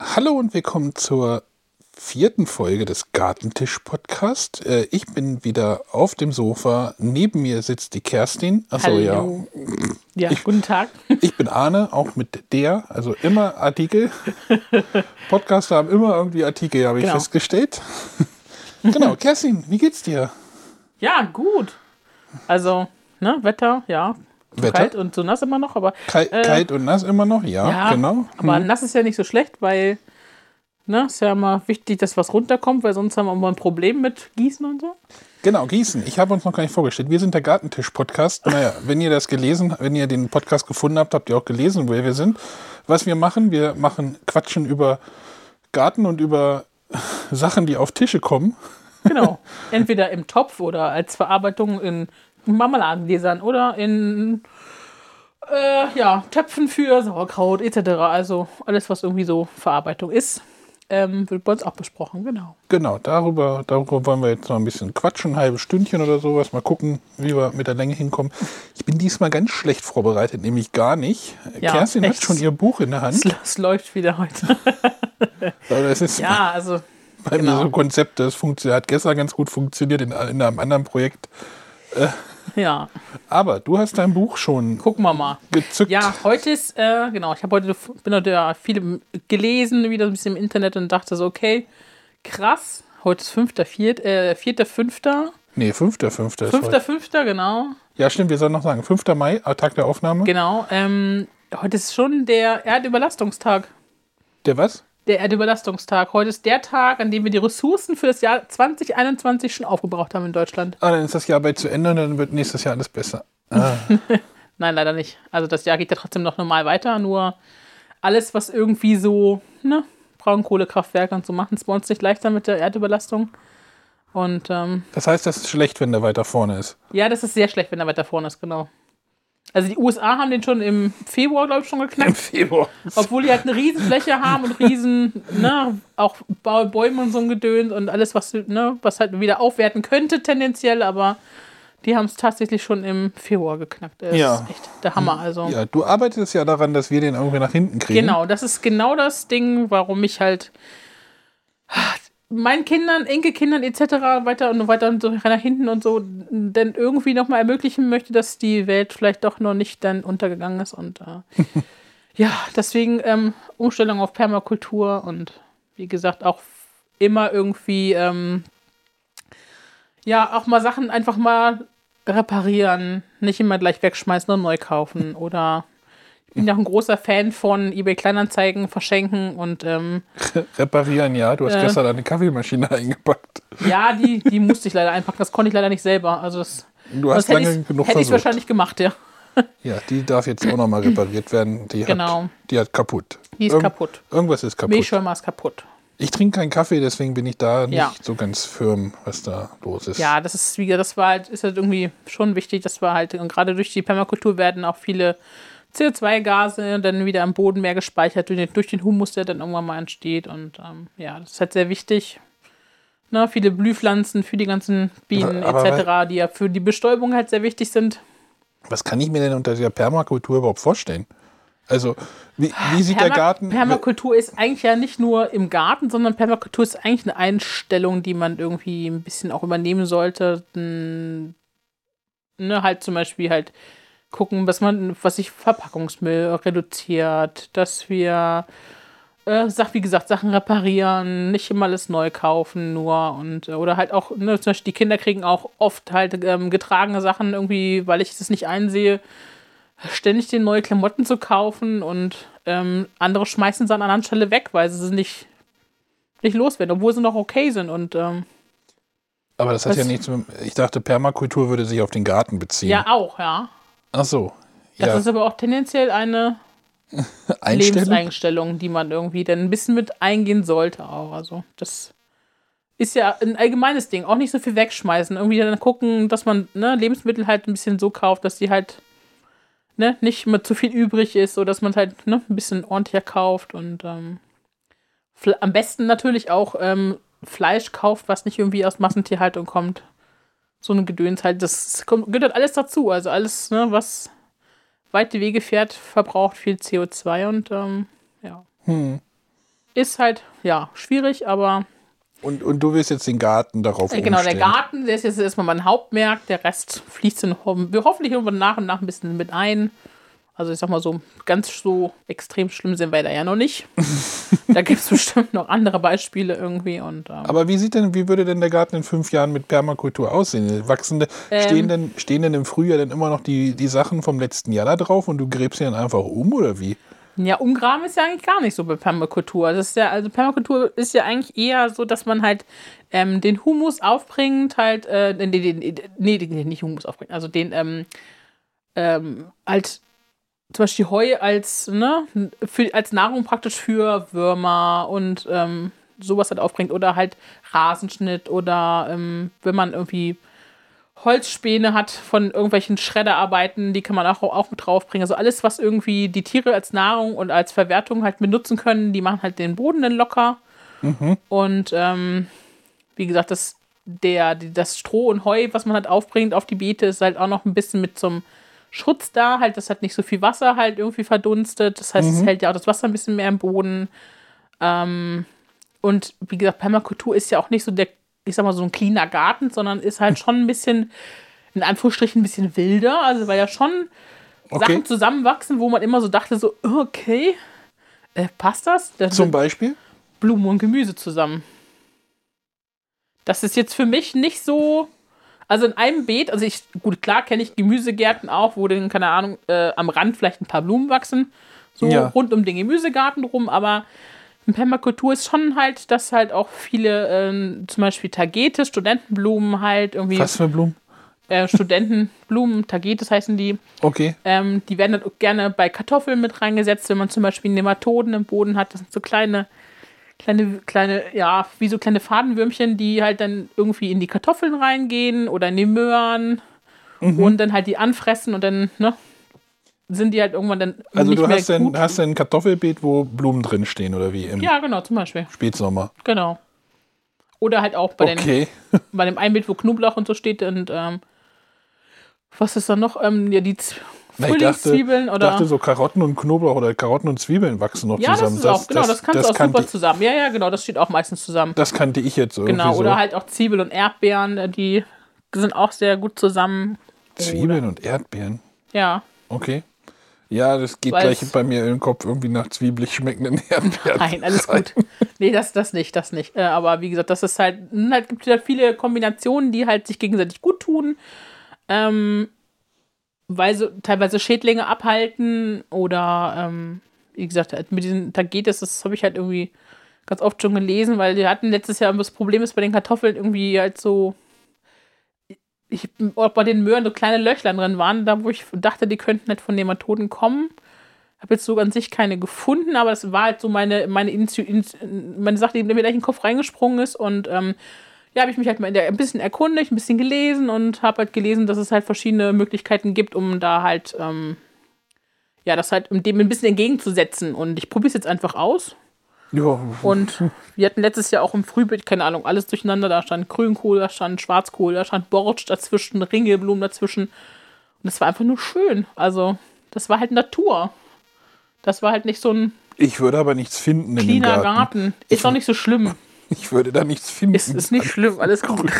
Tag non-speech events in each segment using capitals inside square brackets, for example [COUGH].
Hallo und willkommen zur vierten Folge des Gartentisch-Podcasts. Äh, ich bin wieder auf dem Sofa. Neben mir sitzt die Kerstin. Achso, Hallo. Ja, Ich- guten Tag. ja. Ich bin Arne, auch mit der. Also immer [LAUGHS] Artikel. Podcaster haben immer irgendwie Artikel, habe ich Genau. festgestellt. [LAUGHS] genau, Kerstin, wie geht's dir? [LAUGHS] Ja, gut. Also, ne, Wetter, ja. Wetter? Kalt und so nass immer noch, aber. Kalt, äh, kalt und nass immer noch? Ja, ja, genau. Aber nass ist ja nicht so schlecht, weil, ne, ist ja immer wichtig, dass was runterkommt, weil sonst haben wir immer ein Problem mit Gießen und so. Genau, Gießen. Ich habe uns noch gar nicht vorgestellt. Wir sind der Gartentisch-Podcast. Naja, wenn ihr das gelesen, wenn ihr den Podcast gefunden habt, habt ihr auch gelesen, wer wir sind. Was wir machen, wir machen Quatschen über Garten und über [LAUGHS] Sachen, die auf Tische kommen. [LAUGHS] Genau. Entweder im Topf oder als Verarbeitung in Marmeladengläsern oder in, äh, ja, Töpfen für Sauerkraut etc. Also alles, was irgendwie so Verarbeitung ist, ähm, wird bei uns auch besprochen, genau. Genau, darüber, darüber wollen wir jetzt noch ein bisschen quatschen, ein halbes Stündchen oder sowas. Mal gucken, wie wir mit der Länge hinkommen. Ich bin diesmal ganz schlecht vorbereitet, nämlich gar nicht. Ja, Kerstin hat echt. schon ihr Buch in der Es, [LAUGHS] Hand. es läuft wieder heute. Aber Das ist Ja, also bei mir genau. so ein Konzept, das funktioniert, hat gestern ganz gut funktioniert in, in einem anderen Projekt. Ja, Aber du hast dein Buch schon gucken wir mal. gezückt. Ja, heute ist, äh, genau, ich habe heute, bin heute ja viel gelesen, wieder ein bisschen im Internet und dachte so, okay, krass, heute ist fünfter, viert, äh, vierter, fünfter, Nee, 5.5. Fünfter, ist fünfter, heute. fünfter, genau, Ja, stimmt, wir sollen noch sagen. 5. Mai, äh, Tag der Aufnahme. genau, ähm, heute ist schon der Erdüberlastungstag. Der was? Der Erdüberlastungstag. Heute ist der Tag, an dem wir die Ressourcen für das Jahr 2021 schon aufgebraucht haben in Deutschland. Ah, dann ist das Jahr bald zu Ende und dann wird nächstes Jahr alles besser. Nein, leider nicht. Also das Jahr geht ja trotzdem noch normal weiter, nur alles, was irgendwie so, ne, Braunkohlekraftwerke und so machen, es bei uns nicht leichter mit der Erdüberlastung. Und ähm, Das heißt, das ist schlecht, wenn der weiter vorne ist. ja, das ist sehr schlecht, wenn er weiter vorne ist, genau. Also die USA haben den schon im Februar, glaube ich, schon geknackt, Februar. obwohl die halt eine Riesenfläche haben und riesen, ne, auch Ba- Bäume und so ein Gedöns und alles, was, ne, was halt wieder aufwerten könnte tendenziell, aber die haben es tatsächlich schon im Februar geknackt. Das Ja. ist echt der Hammer, also. Ja, du arbeitest ja daran, dass wir den irgendwie nach hinten kriegen. Genau, das ist genau das Ding, warum ich halt meinen Kindern, Enkelkindern etc. weiter und weiter und so nach hinten und so, denn irgendwie nochmal ermöglichen möchte, dass die Welt vielleicht doch noch nicht dann untergegangen ist. Und äh, ja, deswegen ähm, Umstellung auf Permakultur und wie gesagt auch immer irgendwie, ähm, ja, auch mal Sachen einfach mal reparieren, nicht immer gleich wegschmeißen und neu kaufen oder ich bin ja auch ein großer Fan von eBay Kleinanzeigen verschenken und ähm, Reparieren, ja. Du hast Äh. gestern eine Kaffeemaschine [LAUGHS] eingepackt. ja, die, die musste ich leider einpacken. Das konnte ich leider nicht selber. Also das, Du hast das hätte lange ich, genug hätte ich versucht. wahrscheinlich gemacht, ja. Ja, die darf jetzt auch [CLEARS THROAT] nochmal repariert werden. Die Genau. Hat, die hat kaputt. Die ist kaputt. Irgendwas ist kaputt. Milchschäumer ist kaputt. Ich trinke keinen Kaffee, deswegen bin ich da nicht Ja. so ganz firm, was da los ist. Ja, das ist wie gesagt, das war halt, ist halt irgendwie schon wichtig, das war halt, und gerade durch die Permakultur werden auch viele CO2-Gase dann wieder im Boden mehr gespeichert durch den, durch den Humus, der dann irgendwann mal entsteht. Und ähm, ja, das ist halt sehr wichtig. Ne, viele Blühpflanzen für die ganzen Bienen Aber- aber- etc., die ja für die Bestäubung halt sehr wichtig sind. Was kann ich mir denn unter der Permakultur überhaupt vorstellen? Also, wie, wie sieht der Perma- Garten? Permakultur ist eigentlich ja nicht nur im Garten, sondern Permakultur ist eigentlich eine Einstellung, die man irgendwie ein bisschen auch übernehmen sollte. Hm, Ne, halt zum Beispiel halt gucken, dass man, was sich Verpackungsmüll reduziert, dass wir, äh, sag, wie gesagt, Sachen reparieren, nicht immer alles neu kaufen, nur und oder halt auch, ne, zum Beispiel die Kinder kriegen auch oft halt ähm, getragene Sachen irgendwie, weil ich das nicht einsehe, ständig den neue Klamotten zu kaufen und ähm, andere schmeißen sie an einer anderen Stelle weg, weil sie sie nicht, nicht loswerden, obwohl sie noch okay sind. Und ähm, aber das hat ja was- nichts mit. Ich dachte, Permakultur würde sich auf den Garten beziehen. ja, auch, ja. Ach so. Das Ja, ist aber auch tendenziell eine Einstellung. Lebenseinstellung, die man irgendwie dann ein bisschen mit eingehen sollte auch. Also das ist ja ein allgemeines Ding. Auch nicht so viel wegschmeißen. Irgendwie dann gucken, dass man ne, Lebensmittel halt ein bisschen so kauft, dass die halt ne, nicht immer zu viel übrig ist, so dass man halt ne, ein bisschen ordentlicher kauft und ähm, fl- am besten natürlich auch ähm, Fleisch kauft, was nicht irgendwie aus Massentierhaltung kommt. So eine Gedöns halt, das kommt, gehört halt alles dazu. Also alles, ne, was weite Wege fährt, verbraucht viel CO2 und ähm, ja. Ist halt, ja, schwierig, aber Und, und du willst jetzt den Garten darauf äh, genau, der umstellen. Garten, der ist jetzt erstmal mein Hauptmerk, der Rest fließt dann ho wir hoffentlich irgendwann nach und nach ein bisschen mit ein. Also ich sag mal so, ganz so extrem schlimm sind wir da ja noch nicht. da gibt es bestimmt noch andere Beispiele irgendwie und ähm, Aber wie sieht denn, wie würde denn der Garten in fünf Jahren mit Permakultur aussehen? Wachsende, Ähm. stehen, denn, stehen denn im Frühjahr dann immer noch die, die Sachen vom letzten Jahr da drauf und du gräbst sie dann einfach um oder wie? Ja, umgraben ist ja eigentlich gar nicht so bei Permakultur. Das ist ja, also Permakultur ist ja eigentlich eher so, dass man halt ähm, den Humus aufbringt, halt, äh, nee, nee, nee, nee, nee, nicht Humus aufbringt, also den, ähm, ähm, halt zum Beispiel Heu als, ne, für, als Nahrung praktisch für Würmer und ähm, sowas halt aufbringt oder halt Rasenschnitt oder ähm, wenn man irgendwie Holzspäne hat von irgendwelchen Schredderarbeiten, die kann man auch, auch mit draufbringen. Also alles, was irgendwie die Tiere als Nahrung und als Verwertung halt benutzen können, die machen halt den Boden dann locker. Und ähm, wie gesagt, das, der, die, das Stroh und Heu, was man halt aufbringt auf die Beete, ist halt auch noch ein bisschen mit zum Schutz da. Halt, das hat nicht so viel Wasser halt irgendwie verdunstet. Das heißt, es hält ja auch das Wasser ein bisschen mehr im Boden. Ähm, und wie gesagt, Permakultur ist ja auch nicht so der, ich sag mal, so ein cleaner Garten, sondern ist halt schon ein bisschen, in Anführungsstrichen, ein bisschen wilder. Also, weil ja schon Okay. Sachen zusammenwachsen, wo man immer so dachte, so, okay, äh, passt das? Da Zum sind Beispiel? Blumen und Gemüse zusammen. Das ist jetzt für mich nicht so. Also in einem Beet, also ich, gut, klar kenne ich Gemüsegärten auch, wo dann, keine Ahnung, äh, am Rand vielleicht ein paar Blumen wachsen. So Ja. rund um den Gemüsegarten rum, aber in Permakultur ist schon halt, dass halt auch viele, ähm, zum Beispiel Tagete, Studentenblumen halt, irgendwie Was für Blumen? äh, [LAUGHS] Studentenblumen, Tagetes heißen die, Okay. ähm, die werden dann auch gerne bei Kartoffeln mit reingesetzt, wenn man zum Beispiel Nematoden im Boden hat. Das sind so kleine, kleine, kleine, ja, wie so kleine Fadenwürmchen, die halt dann irgendwie in die Kartoffeln reingehen oder in die Möhren Mhm. und dann halt die anfressen und dann, ne, sind die halt irgendwann dann Also nicht du mehr hast ein, gut. hast ein Kartoffelbeet, wo Blumen drin stehen oder wie im ja, genau, zum Beispiel. Spätsommer. Genau. Oder halt auch bei den Okay. bei dem einen Bild, wo Knoblauch und so steht und ähm, was ist da noch? Ähm, ja, die Z- Na, ich dachte, Frühlingszwiebeln oder. dachte so Karotten und Knoblauch oder Karotten und Zwiebeln wachsen noch Ja, zusammen. das ist auch, genau, das, kannst du auch kannte, super zusammen. Ja, ja, genau, das steht auch meistens zusammen. Das kannte ich jetzt irgendwie Genau, so. oder halt auch Zwiebel und Erdbeeren, äh, die sind auch sehr gut zusammen. Zwiebeln und Erdbeeren. Ja, Okay. Ja, das geht Weil gleich es- bei mir im Kopf irgendwie nach zwiebelig [LAUGHS] schmeckenden Erdbeeren. nein, alles gut. Nee, das, das nicht, das nicht. Äh, aber wie gesagt, das ist halt, hm, halt gibt ja viele Kombinationen, die halt sich gegenseitig gut tun. Ähm, weil so teilweise Schädlinge abhalten oder, ähm, wie gesagt, halt mit diesen Tagetes, das habe ich halt irgendwie ganz oft schon gelesen, weil wir hatten letztes Jahr das Problem ist bei den Kartoffeln irgendwie halt so, ich, ob bei den Möhren so kleine Löchlein drin waren, da wo ich dachte, die könnten nicht von Nematoden kommen. Habe jetzt so an sich keine gefunden, aber das war halt so meine, meine, Intu, Intu, meine Sache, die mir gleich in den Kopf reingesprungen ist und ähm, ja, habe ich mich halt mal in der, ein bisschen erkundigt, ein bisschen gelesen und habe halt gelesen, dass es halt verschiedene Möglichkeiten gibt, um da halt, ähm, ja, das halt um dem ein bisschen entgegenzusetzen. Und ich probiere es jetzt einfach aus. [LAUGHS] Ja, Und wir hatten letztes Jahr auch im Frühbild, keine Ahnung, alles durcheinander. Da stand Grünkohl, da stand Schwarzkohl, da stand Bortsch dazwischen, Ringelblumen dazwischen. Und das war einfach nur schön. Also, das war halt Natur. Das war halt nicht so ein ich würde aber nichts finden in dem cleaner Garten. Garten. Ist auch nicht so schlimm. [LAUGHS] Ich würde da nichts finden. Ist, ist nicht schlimm, alles gut.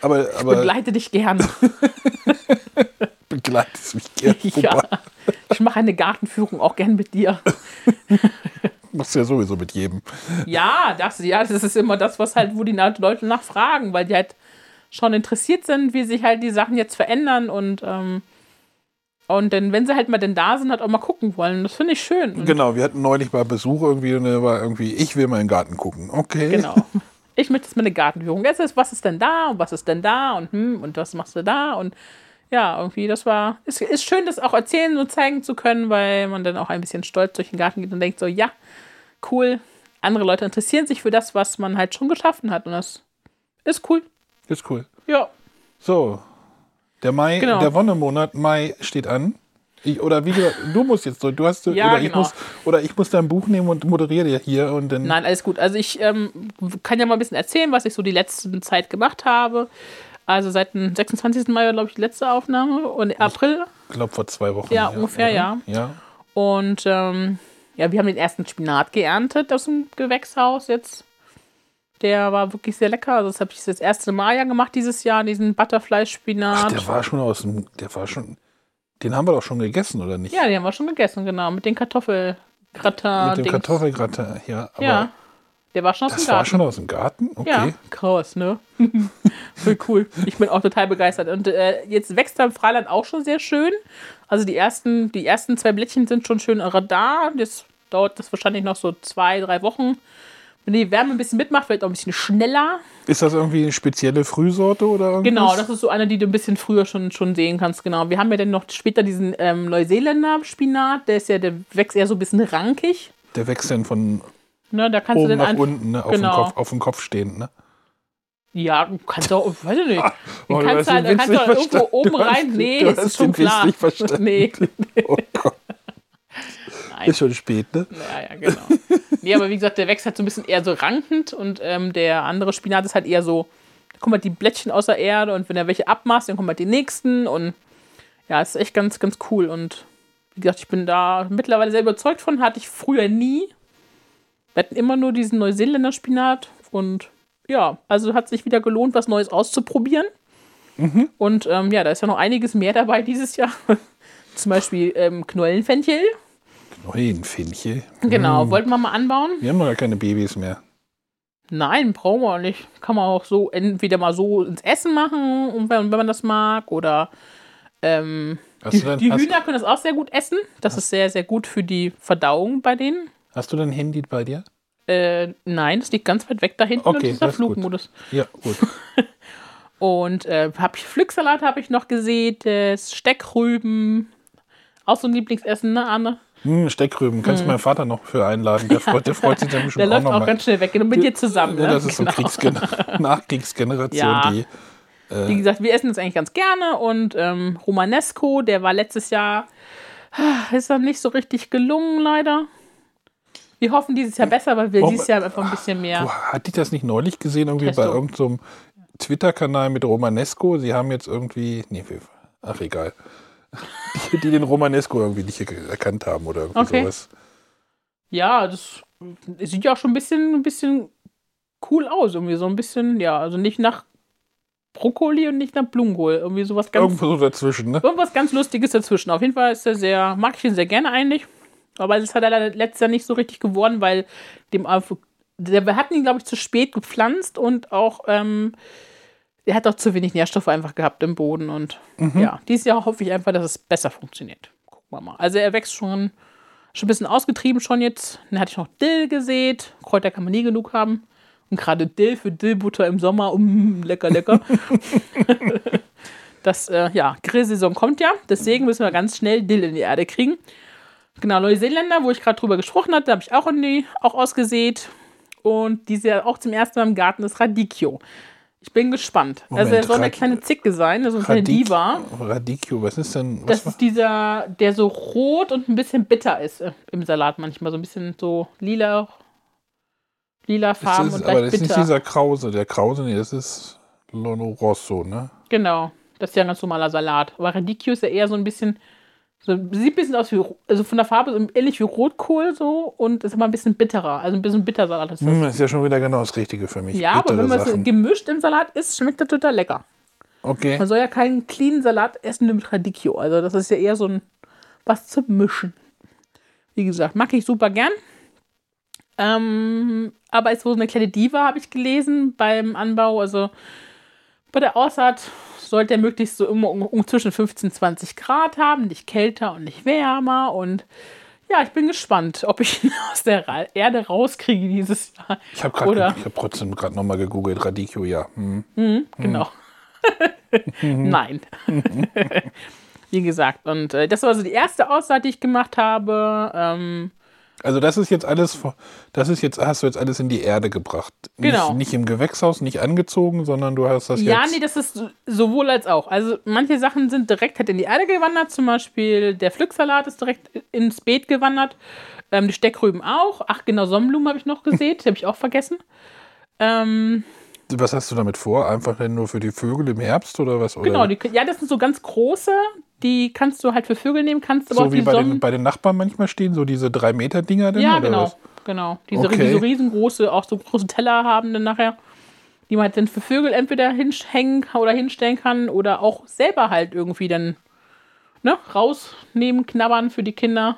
aber aber Begleite dich gern. [LAUGHS] begleitest mich gerne [LAUGHS] Ja. Ich mache eine Gartenführung auch gern mit dir. Machst du ja sowieso mit jedem. Ja, das, ja, das ist immer das, was halt, wo die na- Leute nachfragen, weil die halt schon interessiert sind, wie sich halt die Sachen jetzt verändern und, ähm, und dann, wenn sie halt mal denn da sind, halt auch mal gucken wollen. Das finde ich schön. Und Genau, wir hatten neulich mal Besuch irgendwie und da war irgendwie, ich will mal in den Garten gucken. Okay. genau. Ich möchte jetzt mal eine Gartenführung. Jetzt ist, was ist denn da und was ist denn da und hm, und was machst du da und ja, irgendwie, das war, ist, ist schön, das auch erzählen und zeigen zu können, weil man dann auch ein bisschen stolz durch den Garten geht und denkt so, ja, cool, andere Leute interessieren sich für das, was man halt schon geschaffen hat und das ist cool. Ist cool. Ja, So. Der Mai, Genau. der Wonnemonat Mai steht an. Ich, oder wie gesagt, du musst jetzt so, du hast Ja, oder ich genau. muss oder ich muss dein Buch nehmen und moderiere dir hier und dann nein, alles gut. Also ich ähm, kann ja mal ein bisschen erzählen, was ich so die letzte Zeit gemacht habe. Also seit dem 26. Mai war, glaube ich, die letzte Aufnahme und April. glaube vor zwei Wochen. Ja, ungefähr, oder? ja. Ja. Und ähm, Ja, wir haben den ersten Spinat geerntet aus dem Gewächshaus jetzt. Der war wirklich sehr lecker. Also das habe ich das erste Mal ja gemacht dieses Jahr, diesen Ach, Butterfly-Spinat. der war schon aus dem. Der war schon. Den haben wir doch schon gegessen, oder nicht? Ja, den haben wir schon gegessen, genau. Mit den Kartoffelgratin. Mit dem Kartoffelgratin, ja. Aber Ja. Der war schon aus Das dem Garten. war schon aus dem Garten? Okay. Ja, krass, ne? [LAUGHS] Voll cool. Ich bin auch total begeistert. Und äh, jetzt wächst er im Freiland auch schon sehr schön. Also die ersten, die ersten zwei Blättchen sind schon schön äh, da. Das dauert das wahrscheinlich noch so zwei, drei Wochen. Wenn die Wärme ein bisschen mitmacht, wird auch ein bisschen schneller. Ist das irgendwie eine spezielle Frühsorte oder irgendwas? Genau, das ist so eine, die du ein bisschen früher schon, schon sehen kannst. Genau. Wir haben ja dann noch später diesen ähm, Neuseeländer-Spinat. Der ist ja, der wächst eher so ein bisschen rankig. Der wächst dann von Ne, da kannst du oben dann nach einfach. unten, ne? auf, Genau. dem Kopf, auf dem Kopf stehend. [LAUGHS] Ne? Ja, du kannst auch, weiß [LAUGHS] ich nicht. Den Oh, du hast kannst du halt, den dann Witz kannst du nicht halt irgendwo verstanden. oben Du hast- rein. Nee, du das hast ist schon den Witz klar. [LAUGHS] nicht verstanden. Nee, Oh Gott. Nein. Ist schon spät, ne? ja, ja, genau. Nee, aber wie gesagt, der wächst halt so ein bisschen eher so rankend und ähm, der andere Spinat ist halt eher so, da kommen halt die Blättchen aus der Erde und wenn er welche abmachst, dann kommen halt die nächsten und ja, ist echt ganz, ganz cool und wie gesagt, ich bin da mittlerweile sehr überzeugt von, hatte ich früher nie. Wir hatten immer nur diesen Neuseeländer Spinat und ja, also hat sich wieder gelohnt, was Neues auszuprobieren. Und ähm, ja, da ist ja noch einiges mehr dabei dieses Jahr. [LAUGHS] Zum Beispiel ähm, Knollenfenchel. Neuen Finche. Genau, wollten wir mal anbauen. Wir haben noch gar keine Babys mehr. Nein, brauchen wir nicht. Kann man auch so entweder mal so ins Essen machen, und wenn, wenn man das mag, oder ähm, Hast, die, du, dann, die hast, Hühner können das auch sehr gut essen. Das ist sehr, sehr gut für die Verdauung bei denen. hast du dein Handy bei dir? Äh, nein, das liegt ganz weit weg da hinten Okay, und das ist der das ist gut. Flugmodus. Ja, gut. Und äh, hab ich Pflücksalat habe ich noch gesehen, das Steckrüben. Auch so ein Lieblingsessen, ne, Anne? Hm, Steckrüben, kannst du meinen Vater noch für einladen? [LAUGHS] Der freut, der freut sich dann bestimmt Der auch läuft auch nochmal. ganz schnell weg. Genau, mit dir zusammen. Ne? Ja, das ist genau. so [LAUGHS] Kriegsgener Nachkriegsgeneration, Ja. die. Wie gesagt, wir essen das eigentlich ganz gerne und ähm, Romanesco, der war letztes Jahr, ah, ist dann nicht so richtig gelungen, leider. Wir hoffen dieses Jahr besser, weil wir Oh, dieses Jahr einfach ein bisschen mehr. Boah, hat die das nicht neulich gesehen, irgendwie Testo. bei irgendeinem Twitter-Kanal mit Romanesco? Sie haben jetzt irgendwie. Nee, wir- ach egal. Die, die den Romanesco irgendwie nicht ge- erkannt haben oder irgendwie Okay. sowas. Ja, das sieht ja auch schon ein bisschen, ein bisschen cool aus, irgendwie so ein bisschen, ja, also nicht nach Brokkoli und nicht nach Blumenkohl, irgendwie sowas ganz, Irgendwo so dazwischen, ne? [LAUGHS] irgendwas ganz Lustiges dazwischen. Auf jeden Fall ist er sehr, mag ich ihn sehr gerne eigentlich, aber es hat er leider letztes Jahr nicht so richtig geworden, weil dem Af- der, wir hatten ihn, glaube ich, zu spät gepflanzt und auch, ähm, er hat auch zu wenig Nährstoffe einfach gehabt im Boden. Und ja, dieses Jahr hoffe ich einfach, dass es besser funktioniert. Gucken wir mal. Also er wächst schon, schon ein bisschen ausgetrieben schon jetzt. Dann hatte ich noch Dill gesät. Kräuter kann man nie genug haben. Und gerade Dill für Dillbutter im Sommer, um, lecker, lecker. das, äh, ja, Grillsaison kommt ja. Deswegen müssen wir ganz schnell Dill in die Erde kriegen. Genau, Neuseeländer, wo ich gerade drüber gesprochen hatte, habe ich auch, in die, auch ausgesät. Und diese Jahr auch zum ersten Mal im Garten ist Radicchio. Ich bin gespannt. also er Moment, soll eine Rad- kleine Zicke sein, also eine kleine Radik- Diva. Radicchio, was ist denn? Was Das ist dieser, der so rot und ein bisschen bitter ist äh, im Salat manchmal. So ein bisschen so lila, lila war, Farben ist das, und aber leicht das ist nicht bitter. dieser Krause. Der Krause, nee, das ist Lono Rosso, ne? genau. Das ist ja ein ganz normaler Salat. Aber Radicchio ist ja eher so ein bisschen, so, sieht ein bisschen aus wie, Ro- also von der Farbe so ähnlich wie Rotkohl so und ist aber ein bisschen bitterer. Also ein bisschen Bittersalat ist das. Hm, das ist ja schon wieder genau das Richtige für mich. ja, aber Bittere wenn man es Sachen. gemischt im Salat isst, schmeckt das total lecker. Okay. Man soll ja keinen clean Salat essen mit Radicchio. Also das ist ja eher so ein was zum Mischen. Wie gesagt, mag ich super gern. Ähm, aber es wurde eine kleine Diva, habe ich gelesen, beim Anbau. Also bei der Aussaat sollte er möglichst so immer um, um zwischen 15 und 20 Grad haben, nicht kälter und nicht wärmer. Und ja, ich bin gespannt, ob ich ihn [LAUGHS] aus der Ra Erde rauskriege dieses Jahr. Ich habe gerade, Oder- ich habe trotzdem gerade nochmal gegoogelt. Radicchio, ja. Hm. Genau. Mhm. Nein. Wie gesagt, und äh, das war so die erste Aussaat, die ich gemacht habe. Ähm, Also das ist jetzt alles, vor- das ist jetzt, hast du jetzt alles in die Erde gebracht. Genau. Nicht, nicht im Gewächshaus, nicht angezogen, sondern du hast das ja, jetzt. nee, das ist so- sowohl als auch. Also manche Sachen sind direkt halt in die Erde gewandert, zum Beispiel der Pflücksalat ist direkt ins Beet gewandert, ähm, die Steckrüben auch. Ach genau, Sonnenblumen habe ich noch gesehen, die habe ich auch vergessen. Ähm, Was hast du damit vor? Einfach denn nur für die Vögel im Herbst oder was? Oder? Genau, die, ja, das sind so ganz große, die kannst du halt für Vögel nehmen, kannst aber auch so wie die bei Sonnen- den, bei den Nachbarn manchmal stehen, so diese 3-Meter-Dinger denn? Ja, oder genau. Was? Genau. Diese, Okay. diese riesengroße, auch so große Teller haben dann nachher, die man halt dann für Vögel entweder hinhängen oder hinstellen kann oder auch selber halt irgendwie dann ne, rausnehmen, knabbern für die Kinder.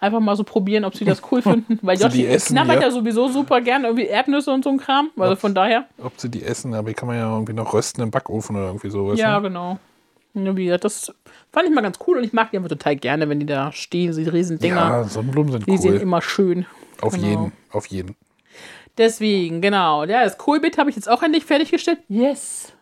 Einfach mal so probieren, ob sie das [LAUGHS] cool finden. Weil sie Joshi die essen, knabbert ja? ja. sowieso super gerne irgendwie Erdnüsse und so ein Kram. Also von daher. Ob sie die essen, aber die kann man ja irgendwie noch rösten im Backofen oder irgendwie sowas. Ja, ne? genau. Ja, Wie gesagt, das fand ich mal ganz cool und ich mag die einfach total gerne, wenn die da stehen, diese riesen Dinger. ja Sonnenblumen sind die sehen cool. immer schön. Auf genau. jeden, auf jeden. Deswegen, genau. Ja, das Kohlbeet habe ich jetzt auch endlich fertiggestellt. Yes.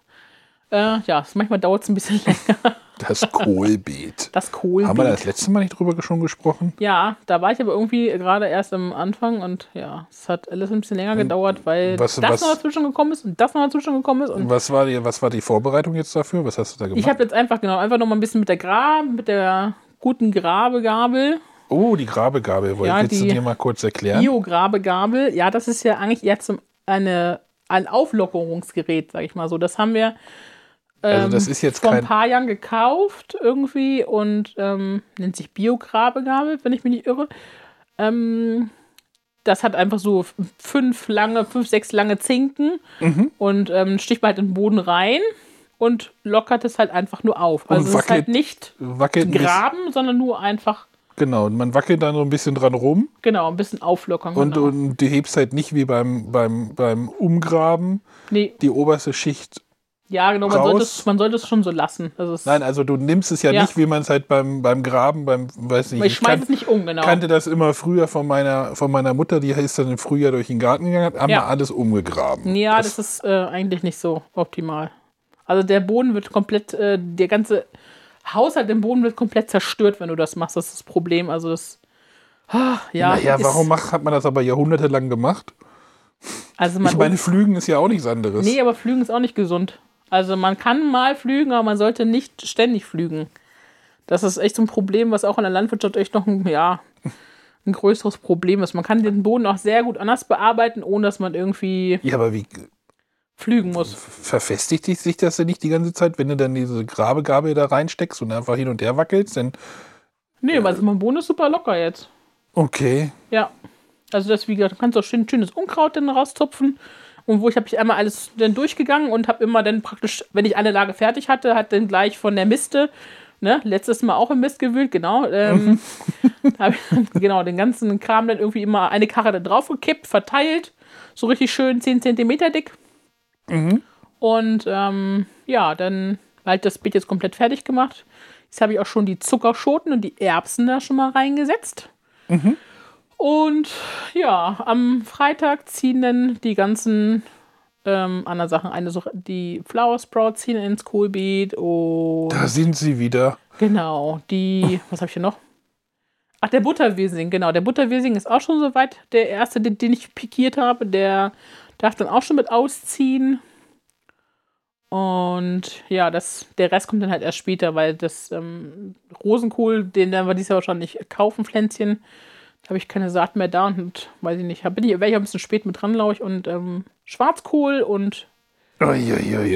Äh, ja, es- manchmal dauert es ein bisschen [LAUGHS] länger. Das Kohlbeet. [LAUGHS] Das Haben wir da Kohlbeet. das letzte Mal nicht drüber schon gesprochen? Ja, da war ich aber irgendwie gerade erst am Anfang und ja, es hat alles ein bisschen länger gedauert, weil Hm. was- das was- Hm. noch dazwischen gekommen ist und das noch dazwischen gekommen ist. Und Was war die, was war die Vorbereitung jetzt dafür? Was hast du da ich gemacht? habe jetzt einfach, genau, einfach noch mal ein bisschen mit der Grabe, mit der guten Grabegabel, Oh, die Grabegabel. Wollt, Ja, willst du die- dir mal kurz erklären? Bio-Grabegabel. Ja, das ist ja eigentlich eher zum, eine, ein Auflockerungsgerät, sag ich mal so. Das haben wir also ähm, das ist jetzt vor ein kein... paar Jahren gekauft irgendwie und ähm, nennt sich Biograbegabel, wenn ich mich nicht irre. Ähm, das hat einfach so f- fünf lange, fünf, sechs lange Zinken Mhm. und ähm, sticht man halt in den Boden rein und lockert es halt einfach nur auf. Und Also es ist wackelt- halt nicht Wackelt ein bisschen, graben, sondern nur einfach, genau, und man wackelt dann so ein bisschen dran rum genau, ein bisschen auflockern. und, genau. und du hebst halt nicht wie beim, beim, beim Umgraben nee, die oberste Schicht ja, genau, man raus. sollte, es, man sollte es schon so lassen. Also es, Nein, also du nimmst es ja, Ja. nicht, wie man es halt beim, beim Graben, beim, weiß nicht, ich ich schmeiße kan es nicht um, genau. kannte das immer früher von meiner, von meiner Mutter, die ist dann im Frühjahr durch den Garten gegangen, hat einmal Ja. alles umgegraben. Ja, das, ist äh, eigentlich nicht so optimal. Also der Boden wird komplett, äh, der ganze Haushalt im Boden wird komplett zerstört, wenn du das machst. Das ist das Problem. Also das. Ah, ja, naja, ist, warum macht, hat man das aber jahrhundertelang gemacht? Also man, Ich meine, Flügen ist ja auch nichts anderes. nee, aber Flügen ist auch nicht gesund. Also man kann mal flügen, aber man sollte nicht ständig flügen. Das ist echt so ein Problem, was auch in der Landwirtschaft echt noch ein, ja, ein größeres Problem ist. Man kann den Boden auch sehr gut anders bearbeiten, ohne dass man irgendwie Ja, aber wie flügen muss. verfestigt sich das denn nicht die ganze Zeit, wenn du dann diese Grabegabel da reinsteckst und einfach hin und her wackelst? Denn, Nee, aber also mein Boden ist super locker jetzt. okay, Ja. Also das, wie gesagt, du kannst auch schön schönes Unkraut dann rauszupfen. Und wo ich habe ich einmal alles dann durchgegangen und habe immer dann praktisch, wenn ich eine Lage fertig hatte, hat dann gleich von der Miste, ne, letztes Mal auch im Mist gewühlt, genau, ähm, [LAUGHS] habe ich dann, genau den ganzen Kram dann irgendwie immer eine Karre da drauf gekippt, verteilt, so richtig schön 10 Zentimeter dick. Und ähm, ja, dann halt das Beet jetzt komplett fertig gemacht. Jetzt habe ich auch schon die Zuckerschoten und die Erbsen da schon mal reingesetzt. Und ja, am Freitag ziehen dann die ganzen ähm, anderen Sachen. Eine Sache, die Flower Sprouts ziehen ins Kohlbeet und da sind sie wieder. genau, die, was habe ich hier noch? Ach, der Butterwirsing, genau. Der Butterwirsing ist auch schon soweit. Der erste, den, den ich pikiert habe, der darf dann auch schon mit ausziehen. Und ja, das, der Rest kommt dann halt erst später, weil das ähm, Rosenkohl, den werden wir dieses Jahr wahrscheinlich kaufen, Pflänzchen. Da habe ich keine Saat mehr da und weiß ich nicht. Da bin ich, wäre ich auch ein bisschen spät mit dran, glaube ich. Und ähm, Schwarzkohl und ähm,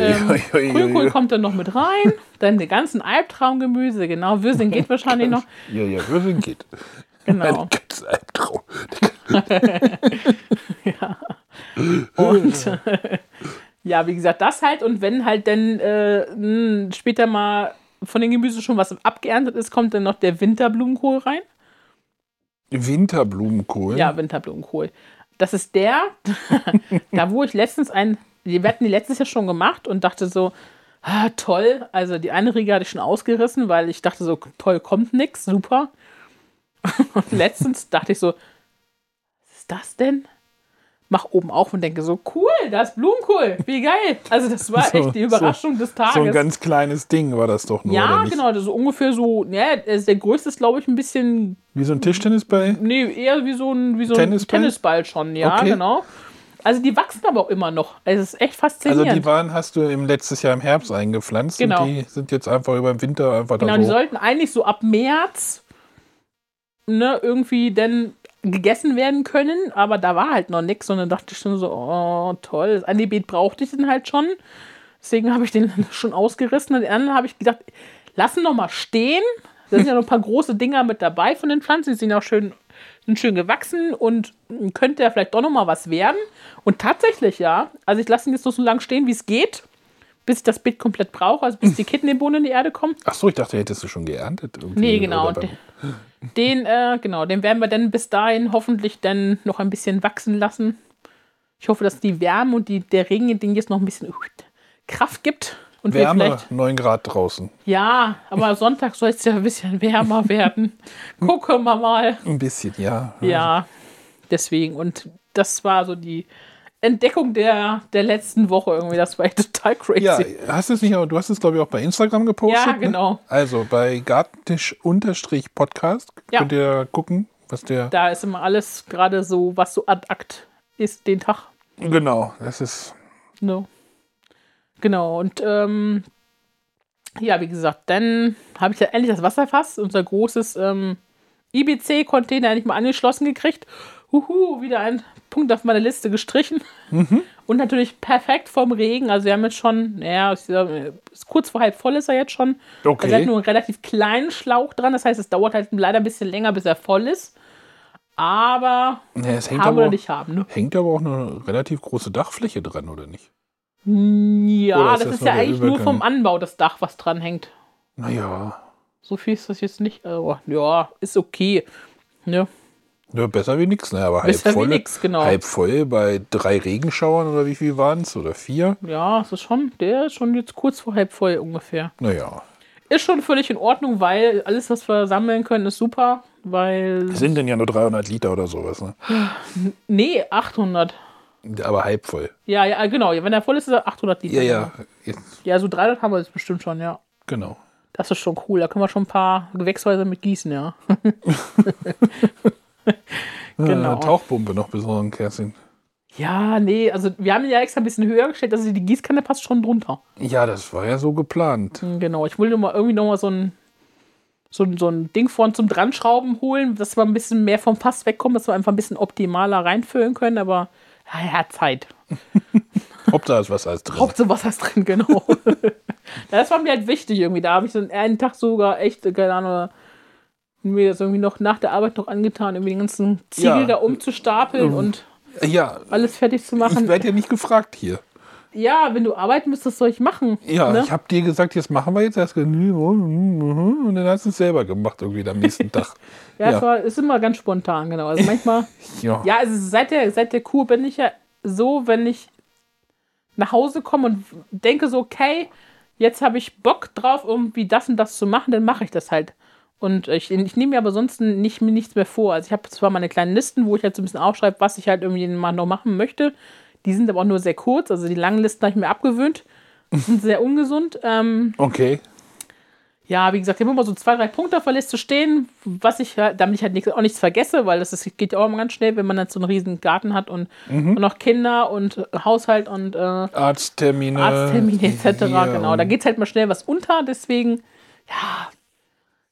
Grünkohl Grünkohl kommt dann noch mit rein. dann die ganzen Albtraumgemüse, genau. Würsing geht wahrscheinlich noch. Ja, ja, Würfeln geht. Genau. Ganz Albtraum. Und äh, ja, wie gesagt, das halt. Und wenn halt dann äh, mh, später mal von den Gemüse schon was abgeerntet ist, kommt dann noch der Winterblumenkohl rein. Winterblumenkohl. Ja, Winterblumenkohl. Das ist der, [LAUGHS] da wo ich letztens ein, wir hatten die letztes Jahr schon gemacht und dachte so, ah, toll. Also die eine Riege hatte ich schon ausgerissen, weil ich dachte so, toll, kommt nix, super. [LAUGHS] Und letztens dachte ich so, was ist das denn? Mach oben auf und denke so, cool, da ist Blumenkohl, wie geil. Also das war [LAUGHS] So- echt die so- Überraschung des Tages. So ein ganz kleines Ding war das doch nur. oder ja, nicht? genau, das ist ungefähr so, ja, das- der größte ist, glaube ich, ein bisschen Wie so ein Tischtennisball. Nee, eher wie so ein, wie so Tennisball? ein Tennisball schon, ja, Okay. genau. Also die wachsen aber auch immer noch. Es ist echt Also faszinierend. die waren, hast du im letztes Jahr im Herbst eingepflanzt Genau. und die sind jetzt einfach über den Winter einfach genau, da die so. sollten eigentlich so ab März ne, irgendwie dann gegessen werden können, aber da war halt noch nichts und dann dachte ich schon so, oh toll, das eine Beet brauchte ich dann halt schon. Deswegen habe ich den [LAUGHS] schon ausgerissen und den anderen habe ich gedacht, lassen noch mal stehen. Da sind ja noch ein paar große Dinger mit dabei von den Pflanzen, die sind auch schön, sind schön gewachsen und könnte ja vielleicht doch noch mal was werden. Und tatsächlich ja, also ich lasse ihn jetzt nur so lange stehen, wie es geht, bis ich das Beet komplett brauche, also bis die Kidneybohnen in die Erde kommen. Ach so, ich dachte, hättest du schon geerntet. irgendwie Nee, genau. oder Und beim- den, [LAUGHS] den, äh, genau, den werden wir dann bis dahin hoffentlich dann noch ein bisschen wachsen lassen. Ich hoffe, dass die Wärme und die, der Regen den jetzt noch ein bisschen Kraft gibt. Und wir Wärme, vielleicht. 9 Grad draußen. Ja, [LAUGHS] aber Sonntag soll es ja ein bisschen wärmer werden. Gucken wir mal. Ein bisschen, ja. Ja, deswegen. Und das war so die Entdeckung der, der letzten Woche irgendwie. Das war echt total crazy. Ja, hast du es nicht, aber du hast es, glaube ich, auch bei Instagram gepostet. Ja, genau. Ne? Also bei Gartentisch-Podcast Ja. könnt ihr gucken, was der. Da ist immer alles gerade so, was so ad act ist, den Tag. Genau, das ist. No. Genau, und ähm, ja, wie gesagt, dann habe ich ja endlich das Wasserfass, unser großes ähm, IBC-Container, endlich mal angeschlossen gekriegt. Huhu, wieder ein Punkt auf meiner Liste gestrichen. Und natürlich perfekt vom Regen. Also, wir haben jetzt schon, naja, ist ja, ist kurz vor halb voll ist er jetzt schon. Okay. Also, er hat nur einen relativ kleinen Schlauch dran. Das heißt, es dauert halt leider ein bisschen länger, bis er voll ist. Aber Ne, es hängt haben aber, oder auch, nicht haben, ne? hängt aber auch eine relativ große Dachfläche dran, oder nicht? Oder Ja, ist das das ist nur ja der eigentlich nur Übergang? vom Anbau das Dach, was dran hängt. Naja, So viel ist das jetzt nicht. Aber ja, ist okay. Ne? ja, besser wie nichts, ne? Aber halb Besser wie voll, nix, genau. halb voll bei drei Regenschauern oder wie viel waren es? Oder vier? Ja, es ist schon, der ist schon jetzt kurz vor halb voll ungefähr. Naja. Ist schon völlig in Ordnung, weil alles, was wir sammeln können, ist super. Weil. Es sind denn ja nur 300 Liter oder sowas, ne? Nee, 800. Aber halb voll. Ja, ja, genau. Wenn er voll ist, ist er 800 Liter. genau. Ja, ja, jetzt, Ja, so 300 haben wir jetzt bestimmt schon, ja. genau. Das ist schon cool. Da können wir schon ein paar Gewächshäuser mit gießen, [LAUGHS] ja. [LAUGHS] Genau. Eine Tauchpumpe noch besorgen, Kerstin. Ja, nee, also wir haben ihn ja extra ein bisschen höher gestellt, also die Gießkanne passt schon drunter. Ja, das war ja so geplant. Genau, ich wollte mal irgendwie nochmal so ein, so, ein, so ein Ding vorn zum Dranschrauben holen, dass wir ein bisschen mehr vom Fass wegkommen, dass wir einfach ein bisschen optimaler reinfüllen können, aber ja, ja Zeit. Ob da ist was als drin. Hauptsache was ist drin, [LAUGHS] genau. das war mir halt wichtig irgendwie. Da habe ich so einen Tag sogar echt, keine Ahnung, mir das irgendwie noch nach der Arbeit noch angetan, irgendwie den ganzen Ziegel Ja. Ähm. da umzustapeln und Ja, alles fertig zu ich machen. werde ja nicht gefragt hier. Ja, wenn du arbeiten müsstest, soll ich machen. Ja, ne? ich habe dir gesagt, jetzt machen wir jetzt. Hast gesagt, nee, oh, mm, mhm. und dann hast du es selber gemacht irgendwie am [LAUGHS] nächsten Tag. Ja, Ja. Es war, ist immer ganz spontan, genau. Also manchmal, Ja. ja, also seit der, seit der Kur bin ich ja so, wenn ich nach Hause komme und denke so, okay, jetzt habe ich Bock drauf, irgendwie das und das zu machen, dann mache ich das halt. Und ich, ich nehme mir aber sonst nicht, mir nichts mehr vor. Also ich habe zwar meine kleinen Listen, wo ich halt so ein bisschen aufschreibe, was ich halt irgendwie mal noch machen möchte. Die sind aber auch nur sehr kurz. Also die langen Listen habe ich mir abgewöhnt. Die sind sehr ungesund. Ähm, Okay. ja, wie gesagt, ich habe immer so zwei, drei Punkte auf der Liste stehen, was ich, halt- damit ich halt nichts, auch nichts vergesse, weil das ist, geht ja auch immer ganz schnell, wenn man dann so einen riesen Garten hat und, Mhm. und noch Kinder und äh, Haushalt und äh, Arzttermine. Arzttermine etc. hier Genau, und- da geht es halt mal schnell was unter, deswegen, ja,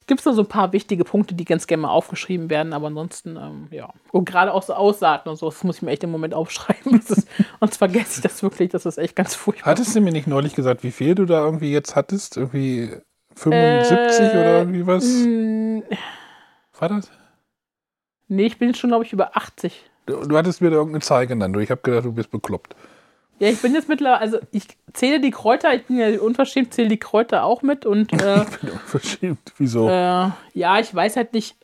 gibt es nur so ein paar wichtige Punkte, die ganz gerne mal aufgeschrieben werden, aber ansonsten, ähm, ja. Und gerade auch so Aussaaten und so, das muss ich mir echt im Moment aufschreiben, [LAUGHS] das ist, sonst vergesse ich das wirklich, das ist echt ganz furchtbar. Hattest du mir nicht neulich gesagt, wie viel du da irgendwie jetzt hattest? Irgendwie 75 Äh, oder irgendwie was? Mm, War das? Nee, ich bin jetzt schon, glaube ich, über 80. Du, du hattest mir da irgendeine Zahl genannt. und Ich habe gedacht, du bist bekloppt. [LAUGHS] Ja, ich bin jetzt mittlerweile, also ich zähle die Kräuter, ich bin ja unverschämt, zähle die Kräuter auch mit und äh, Verschämt. Wieso? äh, ja, ich weiß halt nicht,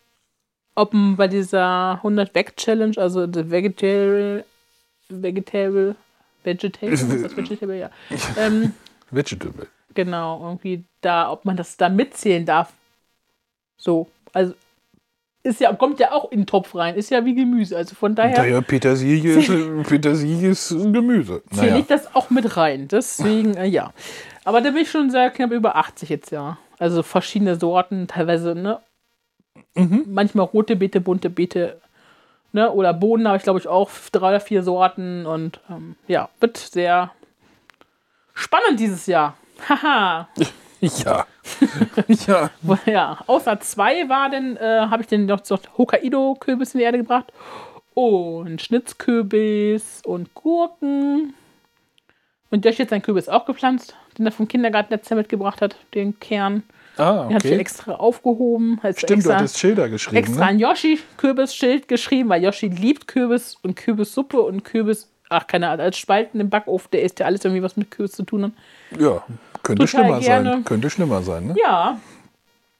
ob m- bei dieser 100 Veg Challenge, also the Vegetarian, Vegetable, Vegetable, ist das Vegetable, ja. Ähm, Vegetable. genau, irgendwie da, ob man das da mitzählen darf. So, also ist ja, kommt ja auch in den Topf rein, ist ja wie Gemüse, also von daher. Naja, Petersilie ist, äh, Petersilie ist ein Gemüse. zähle Naja. ich das auch mit rein. Deswegen, äh, ja. Aber da bin ich schon sehr knapp über 80 jetzt, ja. Also verschiedene Sorten, teilweise, ne? Manchmal rote Beete, bunte Beete, ne? Oder Bohnen habe ich, glaube ich, auch drei oder vier Sorten. Und ähm, ja, wird sehr spannend dieses Jahr. Haha. [LAUGHS] Ja. ja. [LAUGHS] Ja, außer zwei war denn, äh, habe ich denn noch so Hokkaido-Kürbis in die Erde gebracht. Und Schnitzkürbis und Gurken. Und Josh hat seinen Kürbis auch gepflanzt, den er vom Kindergarten letztes Jahr mitgebracht hat, den Kern. Ah, Den hat sie okay. extra aufgehoben. Hat sie Stimmt, du extra, hattest Schilder geschrieben. extra Ne? ein Yoshi-Kürbisschild geschrieben, weil Yoshi liebt Kürbis und Kürbissuppe und Kürbis, ach keine Ahnung, als Spalten im Backofen, der isst ja alles irgendwie, was mit Kürbis zu tun hat. Ja, könnte Total schlimmer gerne. sein. Könnte schlimmer sein, ne? Ja.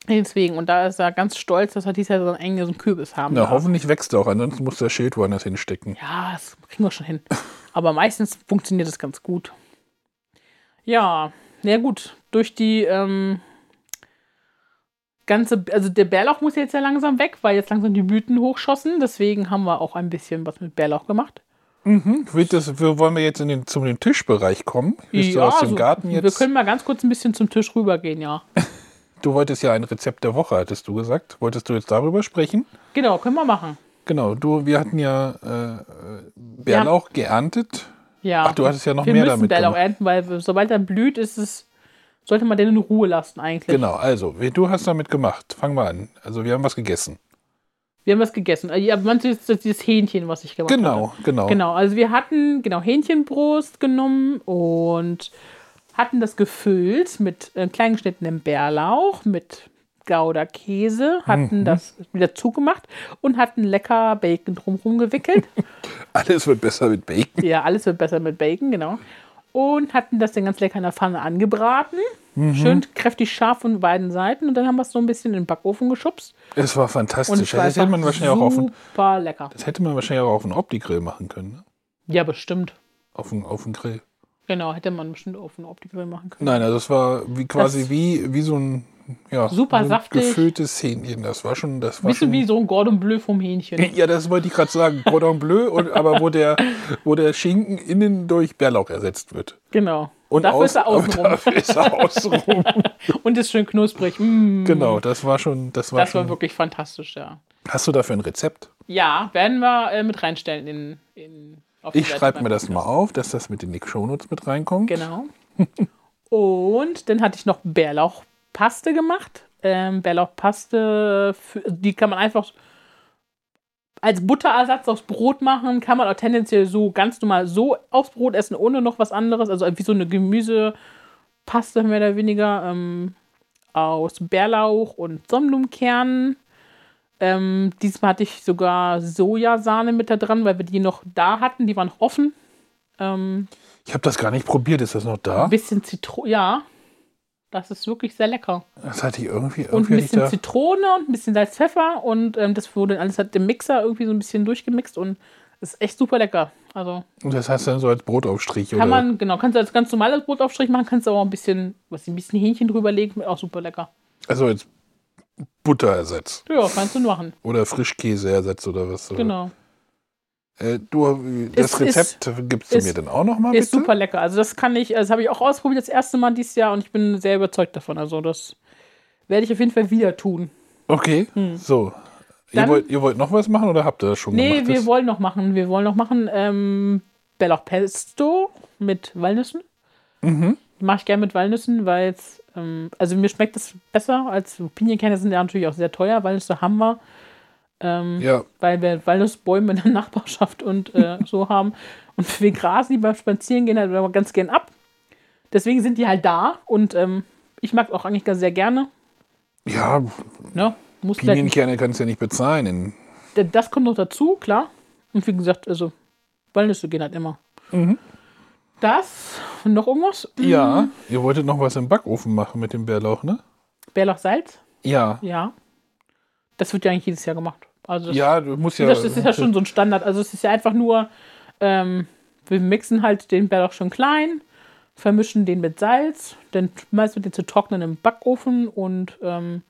Deswegen, und da ist er ganz stolz, dass er dieses Jahr so einen eigenen Kürbis haben Na, darf. hoffentlich wächst er auch, ansonsten muss der Schild woanders hinstecken. Ja, das kriegen wir schon hin. [LAUGHS] Aber meistens funktioniert das ganz gut. Ja, na gut, durch die ähm, ganze, also der Bärlauch muss jetzt ja langsam weg, weil jetzt langsam die Blüten hochschossen. Deswegen haben wir auch ein bisschen was mit Bärlauch gemacht. Wird das, wir- wollen wir jetzt in den, zum dem Tischbereich kommen? Bist du aus dem also, Garten wir jetzt? können mal ganz kurz ein bisschen zum Tisch [LAUGHS] rübergehen, ja. Du wolltest ja ein Rezept der Woche, hattest du gesagt. Wolltest du jetzt darüber sprechen? Genau, können wir machen. Genau, du, wir hatten ja äh, äh, Bärlauch geerntet. Ja. Ach, du hattest ja noch wir mehr müssen damit Bärlauch gemacht. ernten, weil wir- sobald er blüht, ist es, sollte man den in Ruhe lassen eigentlich. Genau, also, wie- du hast damit gemacht. Fangen wir an. Also, wir haben was gegessen. Wir haben was gegessen. Also, Ja, meinst du jetzt das- dieses Hähnchen, was ich gemacht habe? Genau, genau. Genau, also wir hatten genau Hähnchenbrust genommen und hatten das gefüllt mit äh, klein geschnittenem Bärlauch, mit Gouda Käse, hatten Mhm. das wieder zugemacht und hatten lecker Bacon drumherum gewickelt. Alles wird besser mit Bacon. ja, alles wird besser mit Bacon, genau. Und hatten das dann ganz lecker in der Pfanne angebraten. Mhm. Schön kräftig scharf von beiden Seiten. Und dann haben wir es so ein bisschen in den Backofen geschubst. Es war Und fantastisch. es war Das hätte man einfach wahrscheinlich auch auf einen, super lecker. das hätte man wahrscheinlich auch auf einen Opti-Grill machen können. Ne? Ja, bestimmt. Auf einen, auf einen Grill. Genau, hätte man bestimmt auf den Optikgrill machen können. Nein, also es war wie quasi Das- wie, wie so ein ja, Super so ein saftig. gefülltes Hähnchen. Das war schon, das war Bisschen schon, wie so ein Gordon Bleu vom Hähnchen. Ja, das wollte ich gerade sagen. Cordon Bleu, und, aber wo der, wo der Schinken innen durch Bärlauch ersetzt wird. Genau. Und Dafür aus- [LAUGHS] ist er außenrum. Dafür ist er [LAUGHS] außenrum. Und ist schön knusprig. Mm, genau, das war schon. Das war das schon war wirklich fantastisch, ja. hast du dafür ein Rezept? Ja, werden wir äh, mit reinstellen in, in auf die Ich Seite schreibe beim mir das mal Podcast. auf, dass das mit in die Shownotes mit reinkommt. Genau. Und dann hatte ich noch Bärlauchpaste gemacht. Ähm, Bärlauchpaste, für, die kann man einfach als Butterersatz aufs Brot machen. Kann man auch tendenziell so ganz normal so aufs Brot essen, ohne noch was anderes. Also wie so eine Gemüsepaste mehr oder weniger ähm, aus Bärlauch und Sonnenblumenkernen. Ähm, diesmal hatte ich sogar Sojasahne mit da dran, weil wir die noch da hatten. Die waren noch offen. Ähm, Ich habe das gar nicht probiert. Ist das noch da? ein bisschen Zitrone, ja. Das ist wirklich sehr lecker. Das hatte ich irgendwie. Und irgendwie hatte ein ich bisschen da, Zitrone und ein bisschen Salz, Pfeffer und ähm, das wurde alles hat im Mixer irgendwie so ein bisschen durchgemixt und ist echt super lecker. Also und das heißt dann so als Brotaufstrich kann oder? man, genau, kannst du als ganz normales Brotaufstrich machen, kannst du aber auch ein bisschen, was ein bisschen Hähnchen drüberlegen, auch super lecker. also als Butterersatz Ja, kannst du machen. oder Frischkäseersatz oder was? oder? Genau. Äh, du, das Ist- Rezept gibst du ist- mir dann auch noch mal bitte? Ist super lecker. Also das kann ich, das habe ich auch ausprobiert das erste Mal dieses Jahr und ich bin sehr überzeugt davon. Also das werde ich auf jeden Fall wieder tun. Okay, so. Hm. Dann- ihr, wollt, ihr wollt noch was machen oder habt ihr das schon Nee, gemacht? wir Das- wollen noch machen. Wir wollen noch machen ähm, Bärlauch Pesto mit Walnüssen. Mache ich gerne mit Walnüssen, weil es, ähm, also mir schmeckt es besser als Pinienkerne sind ja natürlich auch sehr teuer. Walnüsse haben wir, ähm, ja, weil wir Walnussbäume in der [LAUGHS] Nachbarschaft und äh, so haben. Und wir grasen die beim Spazierengehen halt aber ganz gern ab. Deswegen sind die halt da und ähm, ich mag auch eigentlich ganz sehr gerne. ja, Ne? Muss vielleicht nicht Pinienkerne kannst du ja nicht bezahlen. In, D- das kommt noch dazu, klar. Und wie gesagt, also Walnüsse gehen halt immer. Mhm. Das und noch irgendwas? Ja, ihr wolltet noch was im Backofen machen mit dem Bärlauch, ne? Bärlauchsalz? Ja. Ja. Das wird ja eigentlich jedes Jahr gemacht. Also das, Ja, du musst ja. das ist ja schon so ein Standard. Also es ist ja einfach nur, ähm, wir mixen halt den Bärlauch schon klein, vermischen den mit Salz, dann schmeißen wir den zu trocknen im Backofen und ähm,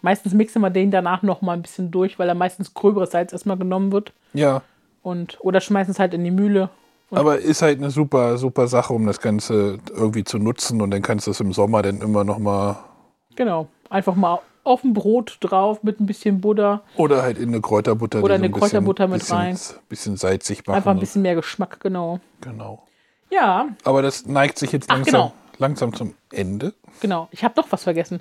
meistens mixen wir den danach nochmal ein bisschen durch, weil er meistens gröberes Salz erstmal genommen wird. Ja, Und, oder schmeißen es halt in die Mühle aber ist halt eine super, super Sache, um das Ganze irgendwie zu nutzen und dann kannst du es im Sommer dann immer noch mal Genau. Einfach mal auf ein Brot drauf mit ein bisschen Butter. oder halt in eine Kräuterbutter Oder die eine Kräuterbutter mit bisschen, rein. bisschen salzig machen. Einfach ein bisschen mehr Geschmack, genau. Genau. Ja, Aber das neigt sich jetzt ach langsam. genau. langsam zum Ende. Genau. Ich habe doch was vergessen.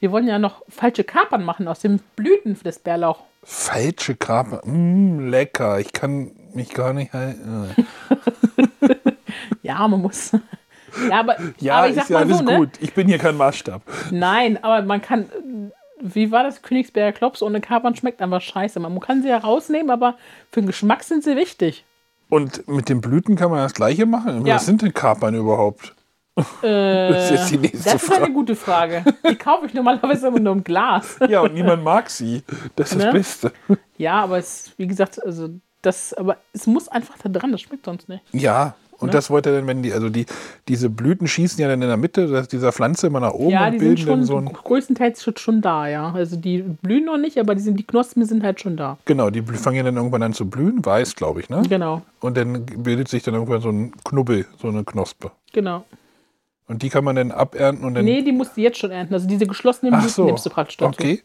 Wir wollen ja noch falsche Kapern machen aus den Blüten des Bärlauch. Falsche Kaper. Mm, lecker. Ich kann mich gar nicht äh. halten. Ja, man muss. [LAUGHS] Ja, aber, Ja, aber ich sag ist ja mal alles so, ne? gut. Ich bin hier kein Maßstab. Nein, aber man kann. Wie war das Königsberger Klops ohne Kapern schmeckt einfach scheiße. Man kann sie ja rausnehmen, aber für den Geschmack sind sie wichtig. Und mit den Blüten kann man das Gleiche machen. Ja. Was sind denn Kapern überhaupt? [LAUGHS] das ist die nächste Äh, Das ist Frage. eine gute Frage. Die kaufe ich normalerweise immer nur im Glas. Ja, und niemand mag sie. Das ist Ne? das Beste. Ja, aber es, wie gesagt, also das, aber es muss einfach da dran, das schmeckt sonst nicht. Ja, und Ne? das wollte er dann, wenn die, also die, diese Blüten schießen ja dann in der Mitte das- dieser Pflanze immer nach oben ja, und die sind bilden dann schon so ein. größtenteils schon, schon da, ja. Also die blühen noch nicht, aber die, sind, die Knospen sind halt schon da. Genau, die blü- fangen ja dann irgendwann an zu blühen, weiß, glaube ich, ne? Genau, Und dann bildet sich dann irgendwann so ein Knubbel, so eine Knospe. genau. Und die kann man dann abernten und dann. Nee, die musst du jetzt schon ernten. Also diese geschlossenen Ach Blüten so. nimmst du praktisch dazu. Okay.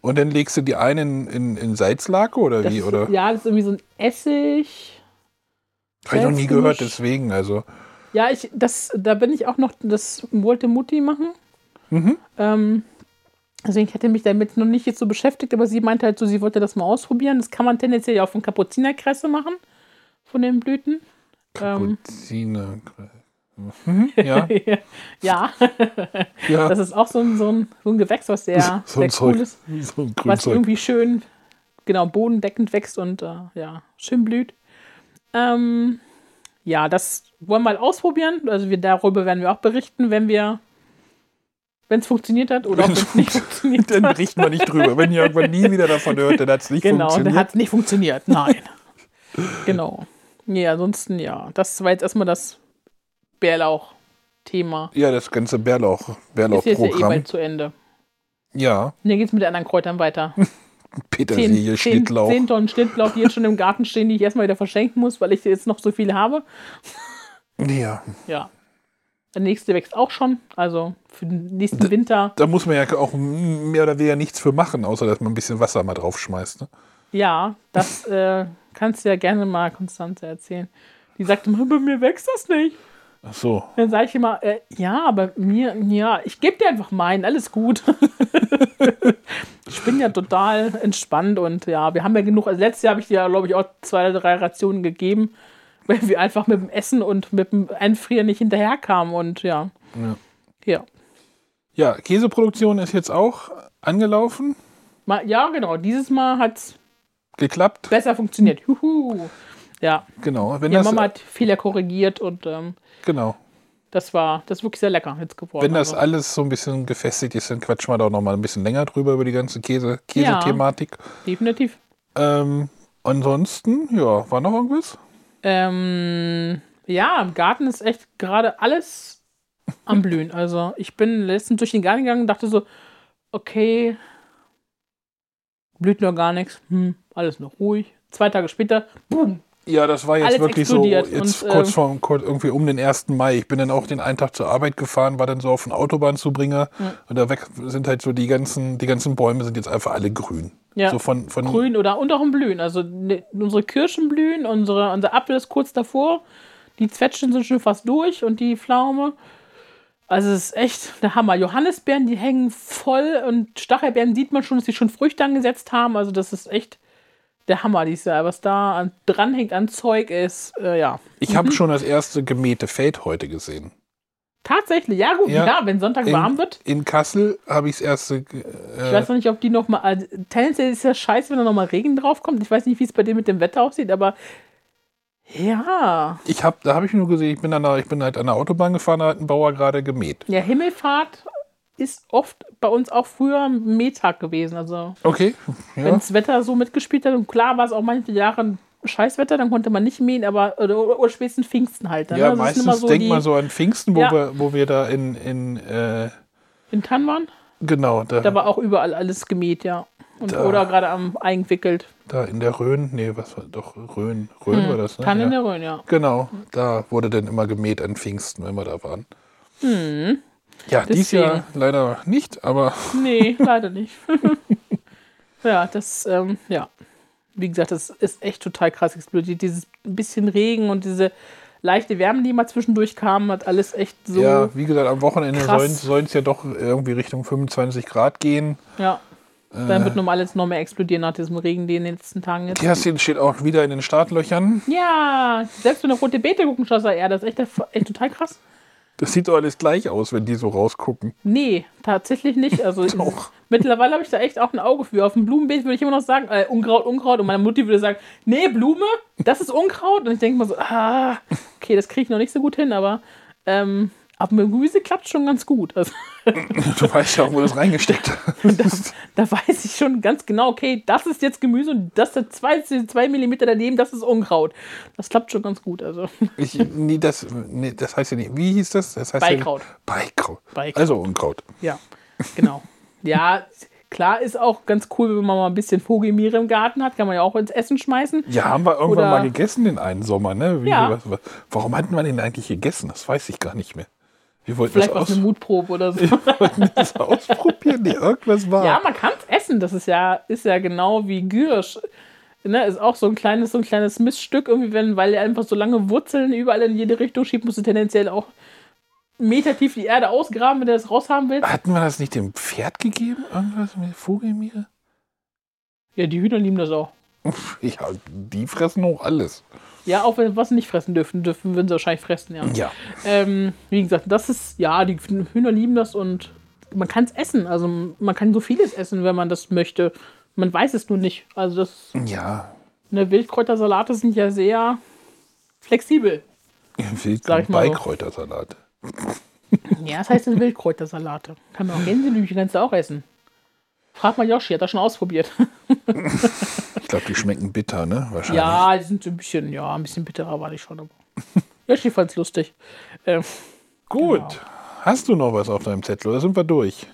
Und dann legst du die einen in, in, in Salzlake oder Das wie? ist, Oder? Ja, das ist irgendwie so ein Essig. Habe ich noch nie Salzgemisch. gehört, deswegen. Also. Ja, ich, das, da bin ich auch noch, das wollte Mutti machen. Mhm. Ähm, deswegen hätte mich damit noch nicht jetzt so beschäftigt, aber sie meinte halt so, sie wollte das mal ausprobieren. Das kann man tendenziell ja auch von Kapuzinerkresse machen, von den Blüten. Ähm. Kapuziner. Mhm, [LAUGHS] ja, ja, ja. das ist auch so ein, so ein, so ein Gewächs, was sehr, so sehr ein Zeug. cool ist, So ein was Grünzeug. irgendwie schön, genau, bodendeckend wächst und äh, ja, schön blüht. Ähm, ja, das wollen wir mal ausprobieren. Also wir, darüber werden wir auch berichten, wenn wir, wenn es funktioniert hat oder auch wenn Wenn's es nicht [LAUGHS] funktioniert Dann [LAUGHS] hat. berichten wir nicht drüber. Wenn ihr irgendwann nie wieder davon hört, dann hat es nicht Genau, dann funktioniert. hat es nicht funktioniert. Nein. genau. Nee, ansonsten ja. Das war jetzt erstmal das Bärlauch-Thema. ja, das ganze Bärlauch, Ist jetzt ja eh Bärlauchprogramm. bald zu Ende. Ja, Und dann geht's mit den anderen Kräutern weiter. Petersilie, zehn, Schnittlauch. zehn Tonnen Schnittlauch, die jetzt schon im Garten stehen, die ich erstmal wieder verschenken muss, weil ich jetzt noch so viel habe. Ja, Ja. Der nächste wächst auch schon. Also für den nächsten Winter. da muss man ja auch mehr oder weniger nichts für machen, außer dass man ein bisschen Wasser mal draufschmeißt. Ne? Ja, das äh, kannst du ja gerne mal Konstanze erzählen. Die sagt immer, bei mir wächst das nicht. Ach so. Dann sage ich immer, äh, ja, aber mir, ja, ich gebe dir einfach meinen, alles gut. [LAUGHS] ich bin ja total entspannt und ja, wir haben ja genug. Also letztes Jahr habe ich dir, glaube ich, auch zwei oder drei Rationen gegeben, [LAUGHS] weil wir einfach mit dem Essen und mit dem Einfrieren nicht hinterherkamen und ja. Ja. Ja. Ja, Käseproduktion ist jetzt auch angelaufen, Mal, ja, genau. Dieses Mal hat es geklappt. besser funktioniert. Juhu. Ja, Genau. Wenn die das, Mama hat Fehler korrigiert und ähm, genau. das war das ist wirklich sehr lecker jetzt geworden. Wenn das also, alles so ein bisschen gefestigt ist, dann quatschen wir da auch noch mal ein bisschen länger drüber über die ganze Käse Ja. Käsethematik. definitiv. Ähm, ansonsten, ja, war noch irgendwas? Ähm, ja, im Garten ist echt gerade alles am Blühen. Also ich bin letztens durch den Garten gegangen und dachte so, okay, blüht noch gar nichts, hm, alles noch ruhig. Zwei Tage später, boom, Ja, das war jetzt Alles wirklich explodiert so, jetzt und, kurz ähm, vor, kurz irgendwie um den 1. Mai. Ich bin dann auch den einen Tag zur Arbeit gefahren, war dann so auf den Autobahnzubringer und da weg sind halt so die ganzen, die ganzen Bäume sind jetzt einfach alle grün. Ja. So von, von grün oder und auch im Blühen. Also ne, unsere Kirschen blühen, unsere, unser Apfel ist kurz davor, die Zwetschgen sind schon fast durch und die Pflaume. Also es ist echt der Hammer. Johannisbeeren, die hängen voll und Stachelbeeren sieht man schon, dass sie schon Früchte angesetzt haben. Also das ist echt der Hammer dieses Jahr. Was da an, dranhängt an Zeug ist, äh, ja. Ich habe schon das erste gemähte Feld heute gesehen. Tatsächlich, ja gut, Ja. ja, wenn Sonntag In, warm wird. in Kassel habe ich das erste. ge- Ich Äh, weiß noch nicht, ob die nochmal. Also, tendenziell ist ja scheiße, wenn da nochmal Regen draufkommt. Ich weiß nicht, wie es bei dir mit dem Wetter aussieht, aber ja. ich habe, da habe ich nur gesehen, ich bin, an der, ich bin halt an der Autobahn gefahren, da hat ein Bauer gerade gemäht. Ja, Himmelfahrt ist oft bei uns auch früher Mehtag gewesen. Also, Okay. wenn Ja. das Wetter so mitgespielt hat, und klar war es auch manche Jahre Scheißwetter, dann konnte man nicht mähen, aber oder, oder, oder spätestens Pfingsten halt. Dann, Ja, ne? Das ist immer meistens denkt die- man so an Pfingsten, wo, Ja. wir, wo wir da in, in äh, In Cannes waren, genau, da, da war auch überall alles gemäht, ja. Und, Da. oder gerade am eingewickelt. Da in der Rhön, nee, was war doch Rhön, Rhön war das, ne? Hm, Kann ja. in der Rhön, ja. genau, da wurde dann immer gemäht an Pfingsten, wenn wir da waren. Ja, dies Hm. Deswegen. Jahr leider nicht, aber Nee, [LAUGHS] leider nicht. ja, das, ähm, ja. Wie gesagt, das ist echt total krass explodiert. Dieses bisschen Regen und diese leichte Wärme, die mal zwischendurch kam, hat alles echt so. ja, wie gesagt, am Wochenende krass. sollen es ja doch irgendwie Richtung 25 Grad gehen. ja. Dann wird nun mal alles noch mehr explodieren nach diesem Regen, den in den letzten Tagen jetzt. Kerstin steht auch wieder in den Startlöchern. Ja, selbst wenn du rote Beete gucken schaust, er, das ist echt, der F- echt total krass. Das sieht doch alles gleich aus, wenn die so rausgucken. Nee, tatsächlich nicht. Also Doch. mittlerweile habe ich da echt auch ein Auge für. Auf dem Blumenbeet würde ich immer noch sagen, äh, Unkraut, Unkraut. Und meine Mutti würde sagen, nee, Blume, das ist Unkraut. Und ich denke mal so, ah, okay, das kriege ich noch nicht so gut hin, aber ähm, auf dem Gemüse klappt schon ganz gut. Also Du [LAUGHS] weißt ja auch, wo das reingesteckt ist. da weiß ich schon ganz genau, okay, das ist jetzt Gemüse und das sind zwei, zwei Millimeter daneben, das ist Unkraut. Das klappt schon ganz gut. Also Ich, nee, das, nee, das heißt ja nicht. Wie hieß das? das heißt Beikraut. Ja, Beikraut. Beikraut. Also Unkraut. Ja, genau. [LAUGHS] ja, klar ist auch ganz cool, wenn man mal ein bisschen Vogelmiere im Garten hat, kann man ja auch ins Essen schmeißen. Ja, haben wir irgendwann Oder- mal gegessen den einen Sommer, ne? Wie, Ja. was, was, warum hatten wir den eigentlich gegessen? Das weiß ich gar nicht mehr. Wir wollten das, Vielleicht war es aus, eine Mutprobe oder so. wollten [LAUGHS] das ausprobieren. Nee, irgendwas war. ja, man kann es essen. Das ist ja, ist ja genau wie Gürsch. Ne, ist auch so ein kleines, so ein kleines Missstück, irgendwie, wenn, weil er einfach so lange Wurzeln überall in jede Richtung schiebt, musst du tendenziell auch metertief die Erde ausgraben, wenn du das raushaben willst. hatten wir das nicht dem Pferd gegeben? Irgendwas mit Vogelmiere? Ja, die Hühner lieben das auch. Ja, die fressen hoch alles. Ja, auch wenn was sie nicht fressen dürfen, dürfen würden sie wahrscheinlich fressen, ja. Ja. Ähm, wie gesagt, das ist, ja, die Hühner lieben das und man kann es essen. Also man kann so vieles essen, wenn man das möchte. Man weiß es nur nicht. Also das, Ja. ne, Wildkräutersalate sind ja sehr flexibel. Wild Sag ich mal so. Beikräutersalat. Ja, das heißt denn Wildkräutersalate. Kann man auch Gänselümchen, kannst du auch essen. Frag mal Joshi, hat er schon ausprobiert. Ich glaube, die schmecken bitter, ne? Wahrscheinlich. ja, die sind so ein bisschen, ja, ein bisschen bitterer war die schon. Aber [LAUGHS] Joshi fand's lustig. Ähm, Gut. genau. Hast du noch was auf deinem Zettel oder sind wir durch?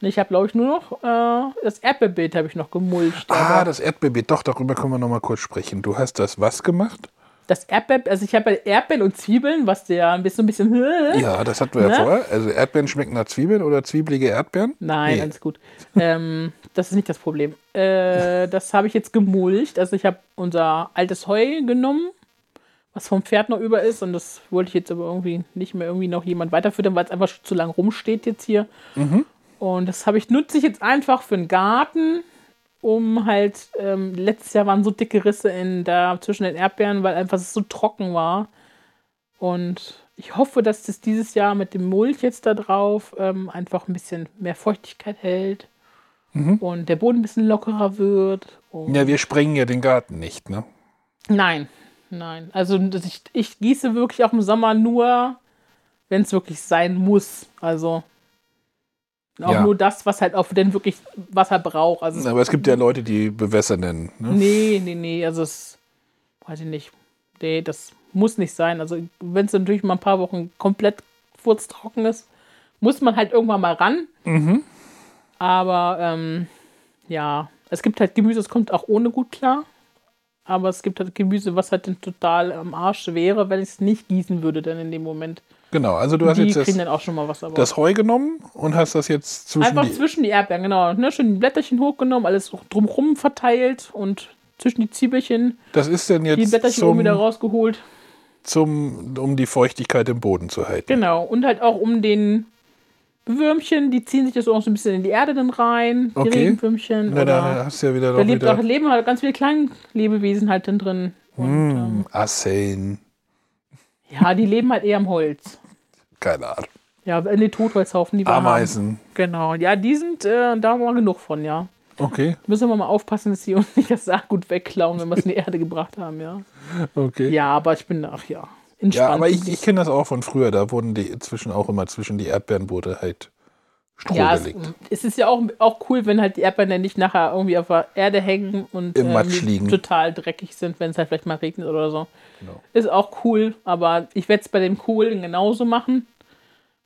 ich habe, glaube ich, nur noch äh, das Erdbeerbeet habe ich noch gemulcht. Ah, aber- das Erdbeerbeet. Doch, darüber können wir noch mal kurz sprechen. Du hast das was gemacht? Das Erdbeer, also ich habe ja Erdbeeren und Zwiebeln, was der ein bisschen, ein bisschen. [LAUGHS] Ja, das hatten wir ja Ne? vorher. Also Erdbeeren schmecken nach Zwiebeln oder zwiebelige Erdbeeren? Nein, also- Nee. alles gut. ähm, das ist nicht das Problem. Äh, das habe ich jetzt gemulcht. Also ich habe unser altes Heu genommen, was vom Pferd noch über ist. Und das wollte ich jetzt aber irgendwie nicht mehr irgendwie noch jemand weiterfüttern, weil es einfach schon zu lang rumsteht jetzt hier. Mhm. Und das habe ich, nutze ich jetzt einfach für den Garten, um halt, ähm, letztes Jahr waren so dicke Risse in da zwischen den Erdbeeren, weil einfach es so trocken war. Und ich hoffe, dass das dieses Jahr mit dem Mulch jetzt da drauf ähm, einfach ein bisschen mehr Feuchtigkeit hält und der Boden ein bisschen lockerer wird. Und Mhm. Ja, wir sprengen ja den Garten nicht, ne? Nein, nein. Also das- ich, ich gieße wirklich auch im Sommer nur, wenn es wirklich sein muss. Also auch Ja. nur das, was halt auch denn wirklich Wasser braucht. Also es Aber es gibt ja Leute, die bewässern dann. Ne? Nee, nee, nee, also es, weiß ich nicht. Nee, das muss nicht sein. Also wenn es natürlich mal ein paar Wochen komplett furztrocken ist, muss man halt irgendwann mal ran. Mhm. Aber ähm, ja, es gibt halt Gemüse, das kommt auch ohne gut klar. Aber es gibt halt Gemüse, was halt dann total am Arsch wäre, wenn ich es nicht gießen würde dann in dem Moment. Genau, also du hast Die jetzt kriegen das, dann auch schon mal was. Aber das Heu genommen und hast das jetzt zwischen Einfach die... zwischen die Erdbeeren, genau. Ne, schön die Blätterchen hochgenommen, alles drumrum verteilt und zwischen die Zwiebelchen. das ist dann die jetzt Blätterchen oben wieder zum, rausgeholt. zum, um die Feuchtigkeit im Boden zu halten. Genau. Und halt auch um den Würmchen, die ziehen sich das auch so ein bisschen in die Erde dann rein. Die Okay. Regenwürmchen. Na, oder da hast du ja wieder da noch lebt auch, wieder leben halt ganz viele Kleinlebewesen halt dann drin. Und, Hm, ähm, Asseln. ja, die leben halt eher am Holz. Keine Ahnung. Ja, in den Totholzhaufen, die wir Ameisen. haben. Genau. Ja, die sind, äh, da haben wir genug von, ja. Okay, Müssen wir mal aufpassen, dass sie uns nicht das Saatgut wegklauen, wenn wir es in die Erde gebracht haben, ja. okay. Ja, aber ich bin, ach ja, Ja, entspannt. aber ich, ich kenne das auch von früher. Da wurden die inzwischen auch immer zwischen die Erdbeeren wurde halt Stroh Ja, es, gelegt. es ist ja auch, auch cool, wenn halt die Erdbeeren dann nicht nachher irgendwie auf der Erde hängen und Im ähm, Matsch liegen. total dreckig sind, wenn es halt vielleicht mal regnet oder so. Genau. Ist auch cool, aber ich werde es bei dem Kohlen genauso machen.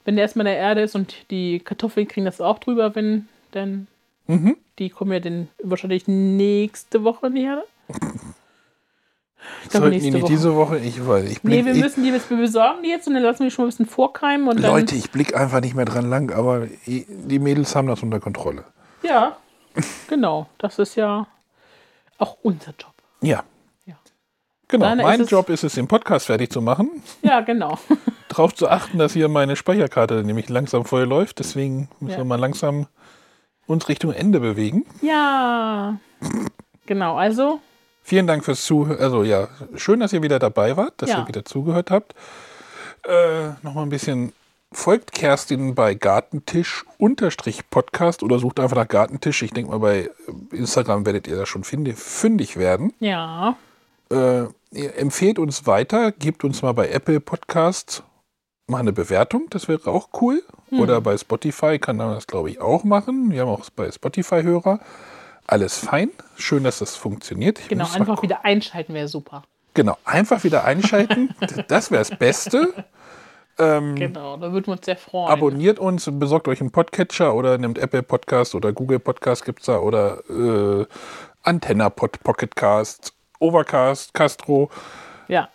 Wenn der erstmal in der Erde ist und die Kartoffeln kriegen das auch drüber, wenn denn Mhm. die kommen ja dann wahrscheinlich nächste Woche in die Erde. Ich glaube Sollten die nächste nicht Woche. diese Woche? Ich weiß. Ich nee, blick, wir ich, müssen die jetzt wir besorgen die jetzt und dann lassen wir die schon mal ein bisschen vorkeimen und dann Leute, ich blick einfach nicht mehr dran lang, aber i- die Mädels haben das unter Kontrolle. Ja, genau. Das ist ja auch unser Job. [LAUGHS] Ja. Ja. Genau, Deiner mein ist es- Job ist es, den Podcast fertig zu machen. Ja, genau. Darauf zu achten, dass hier meine Speicherkarte nämlich langsam voll läuft. Deswegen müssen Ja. wir mal langsam uns Richtung Ende bewegen. Ja. Genau, also, Vielen Dank fürs Zuhören. Also ja, schön, dass ihr wieder dabei wart, dass Ja. ihr wieder zugehört habt. Äh, Nochmal ein bisschen. Folgt Kerstin bei Gartentisch-Podcast oder sucht einfach nach Gartentisch. Ich denke mal, bei Instagram werdet ihr da schon finde- fündig werden. ja. Äh, ihr empfehlt uns weiter, gebt uns mal bei Apple Podcasts mal eine Bewertung, das wäre auch cool. Hm. Oder bei Spotify kann man das, glaube ich, auch machen. Wir haben auch bei Spotify Hörer. Alles fein. Schön, dass das funktioniert. Ich Genau, muss mal einfach wieder einschalten wäre super. Genau, einfach wieder einschalten. Das wäre das Beste. Ähm, Genau, da würden wir uns sehr freuen. abonniert uns, besorgt euch einen Podcatcher oder nehmt Apple Podcast oder Google Podcast gibt's da oder äh, Antenna Pod, Pocketcast, Overcast, Castro, ja.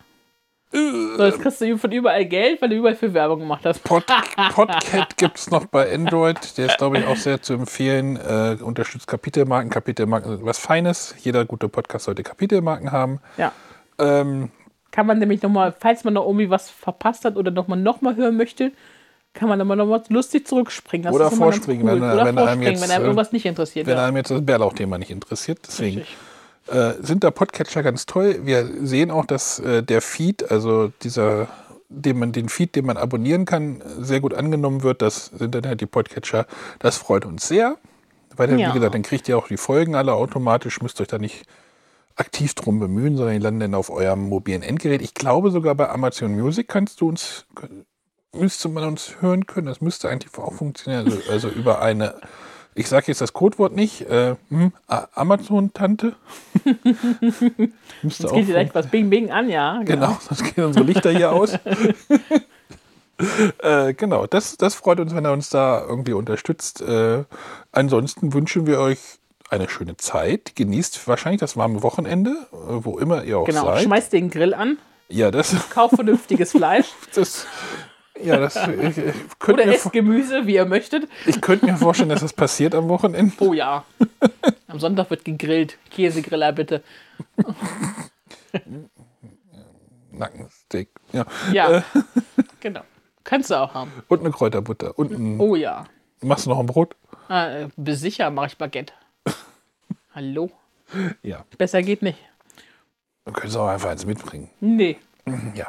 So, Ähm. jetzt kriegst du von überall Geld, weil du überall viel Werbung gemacht hast. Pod, Podcat gibt's noch bei Android. Der ist, glaube ich, auch sehr zu empfehlen. Äh, unterstützt Kapitelmarken. Kapitelmarken sind was Feines. Jeder gute Podcast sollte Kapitelmarken haben. Ja. Ähm, Kann man nämlich nochmal, falls man noch irgendwie was verpasst hat oder nochmal noch mal hören möchte, kann man nochmal noch mal lustig zurückspringen. Das Oder ist immer ganz vorspringen, cool. wenn- oder wenn einem vorspringen, jetzt, wenn einem äh, irgendwas nicht interessiert. wenn ja. einem jetzt das Bärlauch-Thema nicht interessiert. Deswegen Richtig. äh, sind da Podcatcher ganz toll. Wir sehen auch, dass äh, der Feed, also dieser, den man, den Feed, den man abonnieren kann, sehr gut angenommen wird. Das sind dann halt die Podcatcher. Das freut uns sehr. Weil, dann, Ja. wie gesagt, dann kriegt ihr auch die Folgen alle automatisch, müsst euch da nicht aktiv drum bemühen, sondern die landen dann auf eurem mobilen Endgerät. Ich glaube sogar bei Amazon Music kannst du uns, müsste man uns hören können. Das müsste eigentlich auch funktionieren. Also, also über eine, ich sage jetzt das Codewort nicht, äh, hm, A- [LAUGHS] Amazon-Tante. müsste Jetzt auch geht funktionieren. vielleicht was Bing Bing an, ja. Genau, sonst gehen unsere Lichter hier [LAUGHS] aus. äh, genau, das, das freut uns, wenn er uns da irgendwie unterstützt. Äh, ansonsten wünschen wir euch eine schöne Zeit. Genießt wahrscheinlich das warme Wochenende, äh, wo immer ihr auch Genau, seid. schmeißt den Grill an, Ja, das, kauf [LAUGHS] vernünftiges Fleisch das, ja, das ich, [LAUGHS] ich, könnte mir, oder vor- esst Gemüse, wie ihr möchtet. ich könnte mir vorstellen, dass das passiert am Wochenende. Oh ja. Am Sonntag wird gegrillt. Käsegriller bitte. Nackensteak. Ja. Äh. Ja. genau. Kannst du auch haben. Und eine Kräuterbutter. Und ein, Oh ja. machst du noch ein Brot? Äh, sicher mache ich Baguette. Hallo? Ja. Besser geht nicht. Dann können sie auch einfach eins mitbringen. Nee, Ja.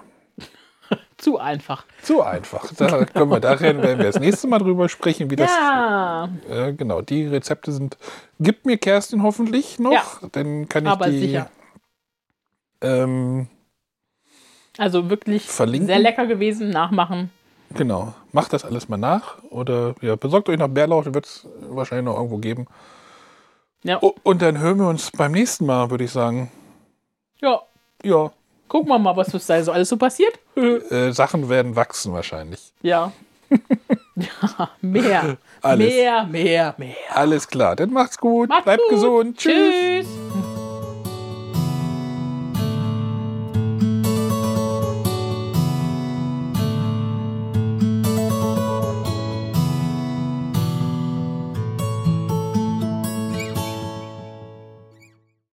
zu einfach. Zu einfach. Da können wir darin, werden wir das nächste Mal drüber sprechen, wie ja, das. Äh, genau, die Rezepte sind. Gibt mir Kerstin hoffentlich noch, Ja. dann kann ich aber die sicher. Ähm, Also wirklich verlinken? sehr lecker gewesen, nachmachen. genau. Macht das alles mal nach oder ja, besorgt euch noch Bärlauch, wird es wahrscheinlich noch irgendwo geben. Ja. O- Und dann hören wir uns beim nächsten Mal, würde ich sagen. ja, Ja, gucken wir mal, was bis da so alles so passiert. [LAUGHS] äh, Sachen werden wachsen wahrscheinlich. ja. [LAUGHS] ja, mehr. Alles. Mehr, mehr, mehr. Alles klar, dann macht's gut, Macht's bleibt gut. gesund, tschüss. Tschüss.